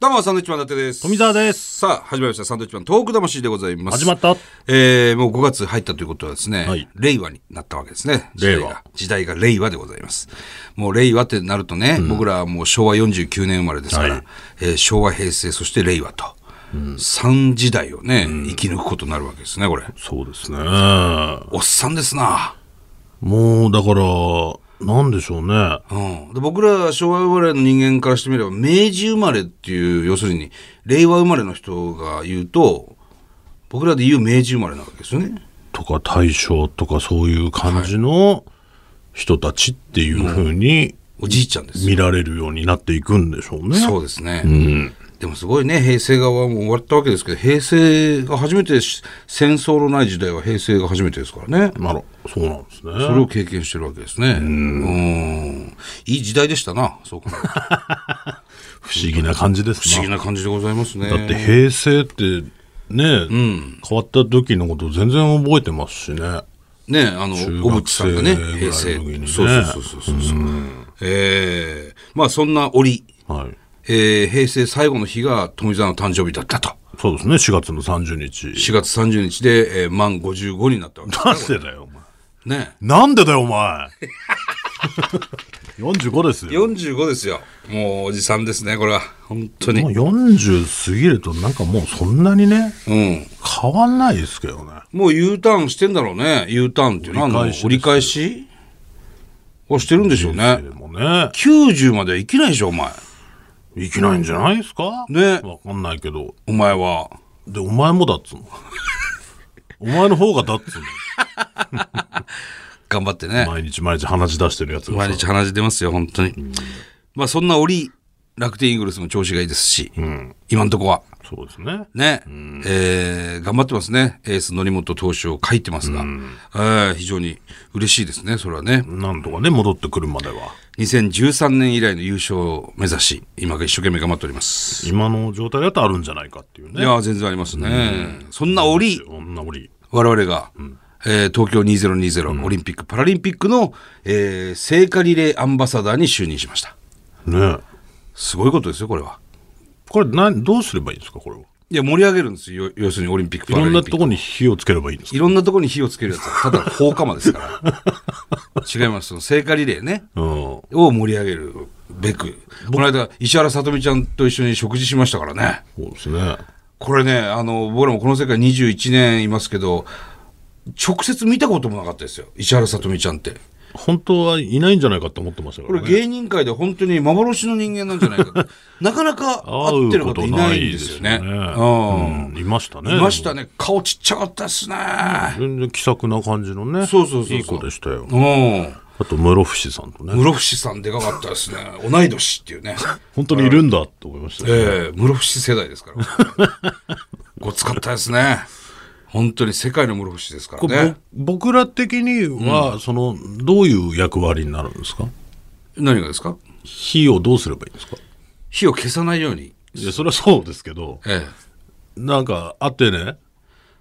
どうも、サンドウィッチマン伊達です。富澤です。さあ、始まりました。サンドウィッチマントーク魂でございます。始まった。えー、もう5月入ったということはですね、はい令和になったわけですね。令和時代が。時代が令和でございます。もう令和ってなるとね、僕らはもう昭和49年生まれですから、はいえー昭和、平成、そして令和と。3時代をね、生き抜くことになるわけですね、これ。そうですね。おっさんですな。もう、だから、なんでしょうね。うん、で僕ら昭和生まれの人間からしてみれば明治生まれっていう要するに令和生まれの人が言うと僕らで言う明治生まれなわけですよね。とか大将とかそういう感じの人たちっていう風におじいちゃんですよ。見られるようになっていくんでしょうね。そうですね、でもすごいね平成側も終わったわけですけど平成が初めてし戦争のない時代は平成が初めてですからね。なるそうなんですね。それを経験してるわけですね。うんいい時代でしたな、そうか。不思議な感じです不思ね。議な感じでございますね。だって平成ってね、変わった時のこと全然覚えてますしね。ね、あの、中学生小渕さんがね、ぐらいの平成。時にねそうそうそうそうそう。ええまあそんな折、はい。えー平成最後の日が富澤の誕生日だったと。そうですね、4月の30日。 4月30日で、えー満55になったわけなんでだよ、お前。ね。なんでだよ、お 前。45ですよ。 45ですよ。もうおじさんですね、これは。本当もうに。 40過ぎるとなんかもうそんなにね、うん。変わんないですけどね。もう U ターンしてんだろうね。U ターンっていうのは、あの折り返しですよ折り返しをしてるんでしょうね。でもね、 90までは生きないでしょ、お前。いけないんじゃないですかねわかんないけど。お前は。で、お前もだっつう の。お前の方がだっつう頑張ってねの。。毎日毎日鼻血出してるやつが毎さ。日鼻血出ますよ、本当に。まあそんな折、楽天イーグルスも調子がいいですし、今んとこは。そうですね。ね、えー頑張ってますね。エース、則本投手を書いてますが、えー非常に嬉しいですね、それはね。なんとかね、戻ってくるまでは。 2013年以来の優勝を目指し、今が一生懸命頑張っております。今の状態だとあるんじゃないかっていういね。やー、全然ありますね。そんな折、女り。我々が、えー東京2020オリンピック・パラリンピックの、えー聖火リレーアンバサダーに就任しました。ねすごいことですよ、これは。これ何、どうすればいいんですか、これは。いや、盛り上げるんですよ。要するにオリンピック、いパラろリんンなピとック。こに火をつければいいんですかいろんなとこに火をつけるやつは、ただの放火魔です から。違います。その聖火リレーね。うん。を盛り上げるべく。この間、石原さとみちゃんと一緒に食事しましたからね。そうですね。これね、あの、僕らもこの世界21年いますけど、直接見たこともなかったですよ。石原さとみちゃんって。本当はいないんじゃないかと思ってましたかこれらね。芸人界で本当に幻の人間なんじゃない かってなかなか会ってることいないんですよね。会うことないですよねううんいましたね。ん。いましたね。顔ちっちゃかったっすね。でも。全然気さくな感じのね。そうそうそうそういい子でしたよ。うん。あと、室伏さんとね。室伏さんでかかったですね。同い年っていうね。本当にいるんだって思いましたね。 ええ室伏世代ですから。 ごつかったですね。本当に世界の室伏ですからこれね。ぼ僕ら的には、その、どういう役割になるんですか何がですか火をどうすればいいんですか火を消さないように。いや、それはそうですけど、ええなんか、あってね、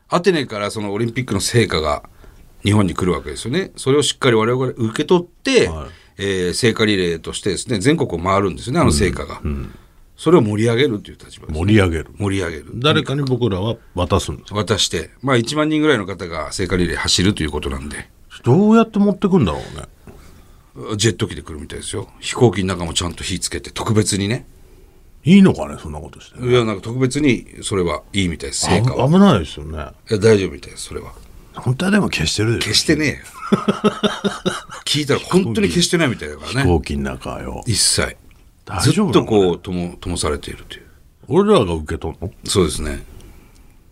アテネからそのオリンピックの成果が日本に来るわけですよね。それをしっかり我々が受け取って、はいえー聖火リレーとしてですね、全国を回るんですよね、あの成果が。それを盛り上げるという立場です。盛り上げる。盛り上げる。誰かに僕らは渡すんですか渡して、まあ1万人ぐらいの方が聖火リレー走るということなんで。どうやって持ってくんだろうね。ジェット機で来るみたいですよ。飛行機の中もちゃんと火つけて、特別にね。いいのかね、そんなことして。いや、なんか特別にそれはいいみたいです、成あ果は。危ないですよいね。や、大丈夫みたいです、それは。本当はでも消してるでしょ消してねえよ。聞いたら本当に消してないみたいだから飛ね。行機の中よ。一切。大ずっ丈夫なとのかねこう、とも、ともされているという。俺らが受け取るのそうですね。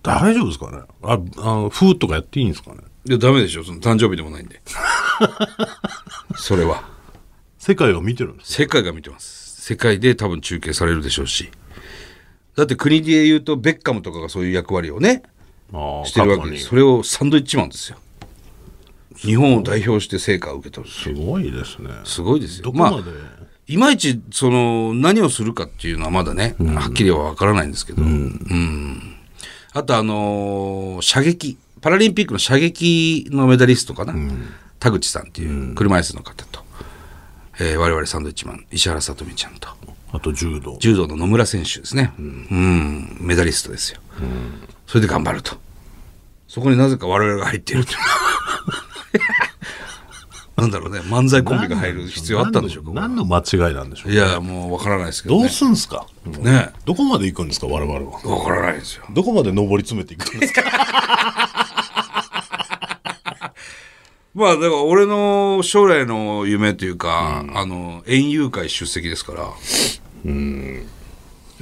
大丈夫ですかねあ、あの、風とかやっていいんですかねいや、ダメでしょ、その誕生日でもないんで。 それは。世界を見てるんです。世界が見てます。世界で多分中継されるでしょうし。だって国で言うと、ベッカムとかがそういう役割をね、ああ、してるわけです。それをサンドイッチマンですよ。日本を代表して成果を受け取る。すごいですね。すごいですよ。どこまで、あ、いまいち、その、何をするかっていうのはまだね、はっきりはわからないんですけど。うんあと、あのー射撃。パラリンピックの射撃のメダリストかな。田口さんっていう車椅子の方と、えー我々サンドイッチマン、石原さとみちゃんと、あと柔道。柔道の野村選手ですね、うんメダリストですよ、それで頑張るとそこになぜか我々が入っている となんだろうね漫才コンビが入る必要あったんでしょうか何の何の間違いなんでしょういやもうわからないですけどどうねすんすかもうねどこまで行くんですか我々は。わからないですよどこまで上り詰めていく んですかまあだから俺の将来の夢というか、あの園遊会出席ですからやっ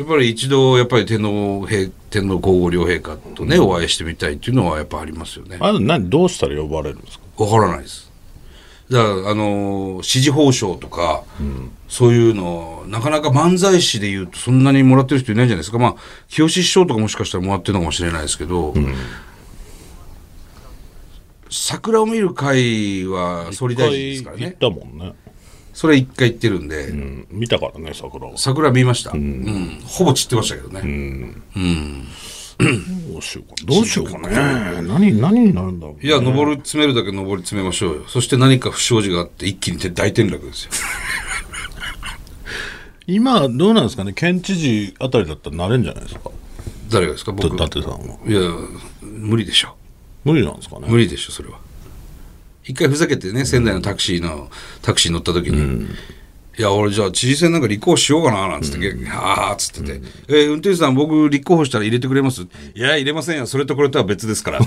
ぱり一度やっぱり天皇陛天皇皇后両陛下とね、お会いしてみたいっていうのはやっぱありますよねあと何、どうしたら呼ばれるんですかわからないですだからあの支持報奨とか、そういうのなかなか漫才師でいうとそんなにもらってる人いないじゃないですかまあ清志師匠とかもしかしたらもらってるのかもしれないですけど、桜を見る会は総理大臣ですから行っねたもんね。それ一回行ってるんで、うん、見たからね、桜は。桜見ました、うんほぼ散ってましたけどね、どうしようか。どうしようかね。何、何になるんだろう、ね。いや、登り詰めるだけ登り詰めましょうよ。そして何か不祥事があって、一気に大転落ですよ。今、どうなんですかね。県知事あたりだったらなれんじゃないですか。誰がですか、僕。伊達さんは。いや、無理でしょ。無理なんですかね。無理でしょ、それは。一回ふざけてね、仙台のタクシーの、タクシーに乗った時に、いや、俺じゃあ知事選なんか立候補しようかな、なんつって、あーっつってて、えー運転手さん僕立候補したら入れてくれますいや、入れませんよ。それとこれとは別です から。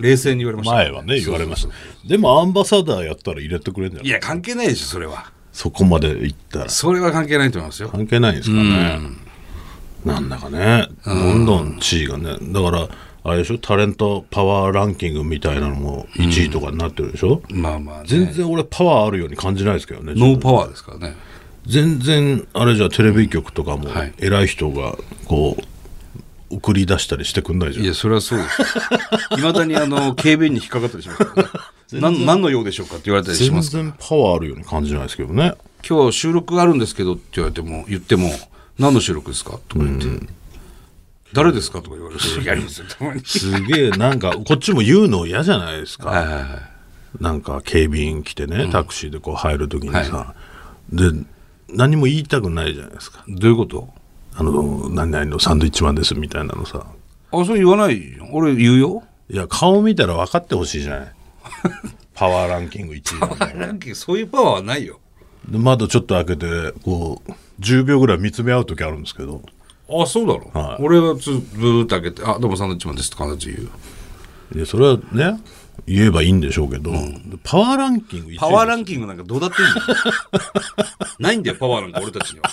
冷静に言われました。前はね、言われました。でも、アンバサダーやったら入れてくれんじゃないいや、関係ないでしょ、それは。そこまで行ったら。それは関係ないと思いますよ。関係ないですかね。なんだかね、どんどん地位がね、だから、あれでしょ、タレントパワーランキングみたいなのも1位とかになってるでしょ、まあまあ、全然俺、パワーあるように感じないですけどね、ノーパワーですからね。全然、あれじゃテレビ局とかもはい、偉い人がこう、送り出したりしてくんないじゃん。いや、それはそうです。いまだにあの、警備員に引っかかったりしますからね。 なん何の用でしょうかって言われたりし全ます。然パワーあるように感じないですけどね。今日収録あるんですけどって言われても、言っても、何の収録ですかとか言って。誰ですかとか言われる時ありますよ、たまに。すげえ、なんか、こっちも言うの嫌じゃないですか。 はいはいはい。なんか警備員来てね、タクシーでこう入るときにさ、はで、何も言いたくないじゃないですか。どういうことあの、何々のサンドイッチマンですみたいなのさ。あ、それ言わないよ。俺言うよ。いや、顔見たら分かってほしいじ ゃない。パワーランキング1位なんだよなんかそういうパワーはないよ。で窓ちょっと開けて、こう、10秒ぐらい見つめ合うときあるんですけど、あ、そうだろ。はい俺はつブーって開けて、あ、どうもサンドウィッチマンですって必ず言うよ。でそれはね、言えばいいんでしょうけど、パワーランキング1位。パワーランキングなんかどうだっていいんだ よ。ないんだよ、パワーなんか俺たちには。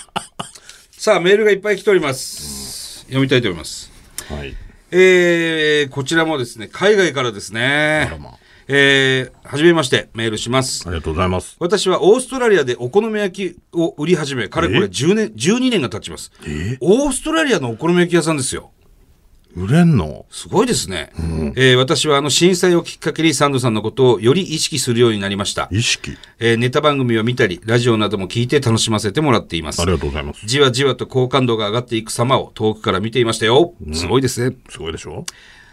さあ、メールがいっぱい来ております。読みたいと思います。はい。えー、こちらもですね、海外からですね。まあえー、はじめまして、メールしますあ。りがとうございます。私はオーストラリアでお好み焼きを売り始め、かれこれ10年、12年が経ちます。オーストラリアのお好み焼き屋さんですよ。売れんのすごいですね。えー私はあの震災をきっかけにサンドさんのことをより意識するようになりました。意識えーネタ番組を見たり、ラジオなども聞いて楽しませてもらっていますあ。りがとうございます。じわじわと好感度が上がっていく様を遠くから見ていましたよ。すごいですね。すごいでしょ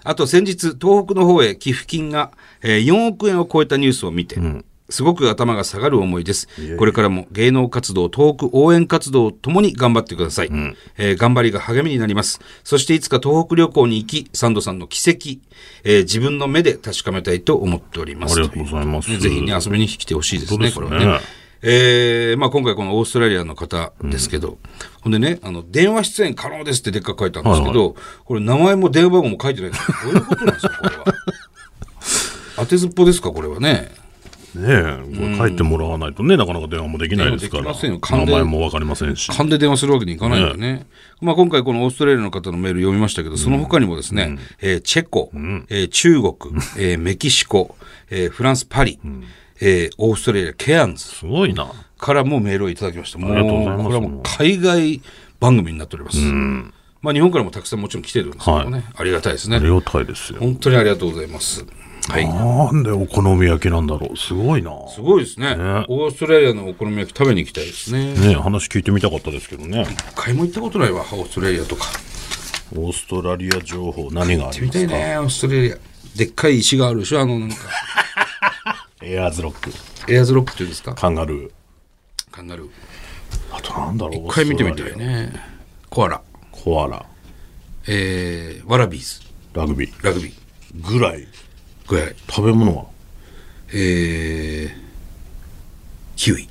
あと先日、東北の方へ寄付金が、えー4億円を超えたニュースを見て、すごく頭が下がる思いです。これからも芸能活動、東北応援活動ともに頑張ってください、えー頑張りが励みになります。そしていつか東北旅行に行き、サンドさんの奇跡、えー自分の目で確かめたいと思っておりまあす。りがとうございまねす。ぜひね、遊びに来てほしいですね、本当こでれすねはね。えーまあ、今回このオーストラリアの方ですけど、ほんでね、あの、電話出演可能ですってでっかく書いたんですけど、これ名前も電話番号も書いてないですどういうことなんですか、これ は。当てずっぽですか、これはね。ねえ、これ書いてもらわないとね、なかなか電話もできないですから。電話できませんよ完名全前もわかりませんし。勘で電話するわけにいかないんでね。まあ、今回このオーストラリアの方のメール読みましたけど、その他にもですね、えーチェコ、えー中国、えーメキシコ、えーフランス・パリ、えーオーストラリア・ケアンズ、すごいな。からもメールをいただきました。もありがとうございますこれはもう海外番組になっております。まあ日本からもたくさんもちろん来てるんですけどね。はありがたいですありね。がたいですよ。本当にありがとうございます。はい。なんでお好み焼きなんだろう。すごいな。すごいですねねオーストラリアのお好み焼き食べに行きたいですね。ねえ、話聞いてみたかったですけどね。買いも行ったことないわ、オーストラリアとか。オーストラリア情報、何があり見またいすか、ね、オーストラリア。でっかい石があるでしょ、あのなんか、エアーズロック、エアーズロックっていうんですか。カンガルー。カンガルー。あとなんだろう一回見てみたオースいトラリね。コアラ、アコアラえー、ワラビーズ、ラグビーラグビー、ぐらいぐらい、食べ物はえー、キウイ。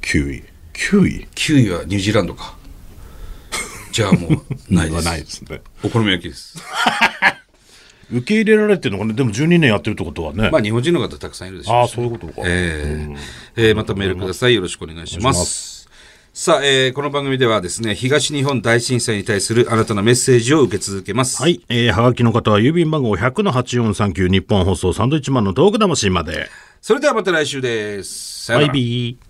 キウイキウイキウイはニュージーランドか。じゃあもう、ないではす。 ないですねお好み焼きです。受け入れられてるのかねでも12年やってるってことはね、まあ日本人の方たくさんいるでしょああうしそういうことか、えーえーまたメールください。よろしくお願いします。さあ、えーこの番組ではですね、東日本大震災に対するあなたのメッセージを受け続けます。はい、えー、はがきの方は郵便番号100-8439日本放送サンドイッチマンのトーク魂までそれではまた来週です。さよなバイら。ビー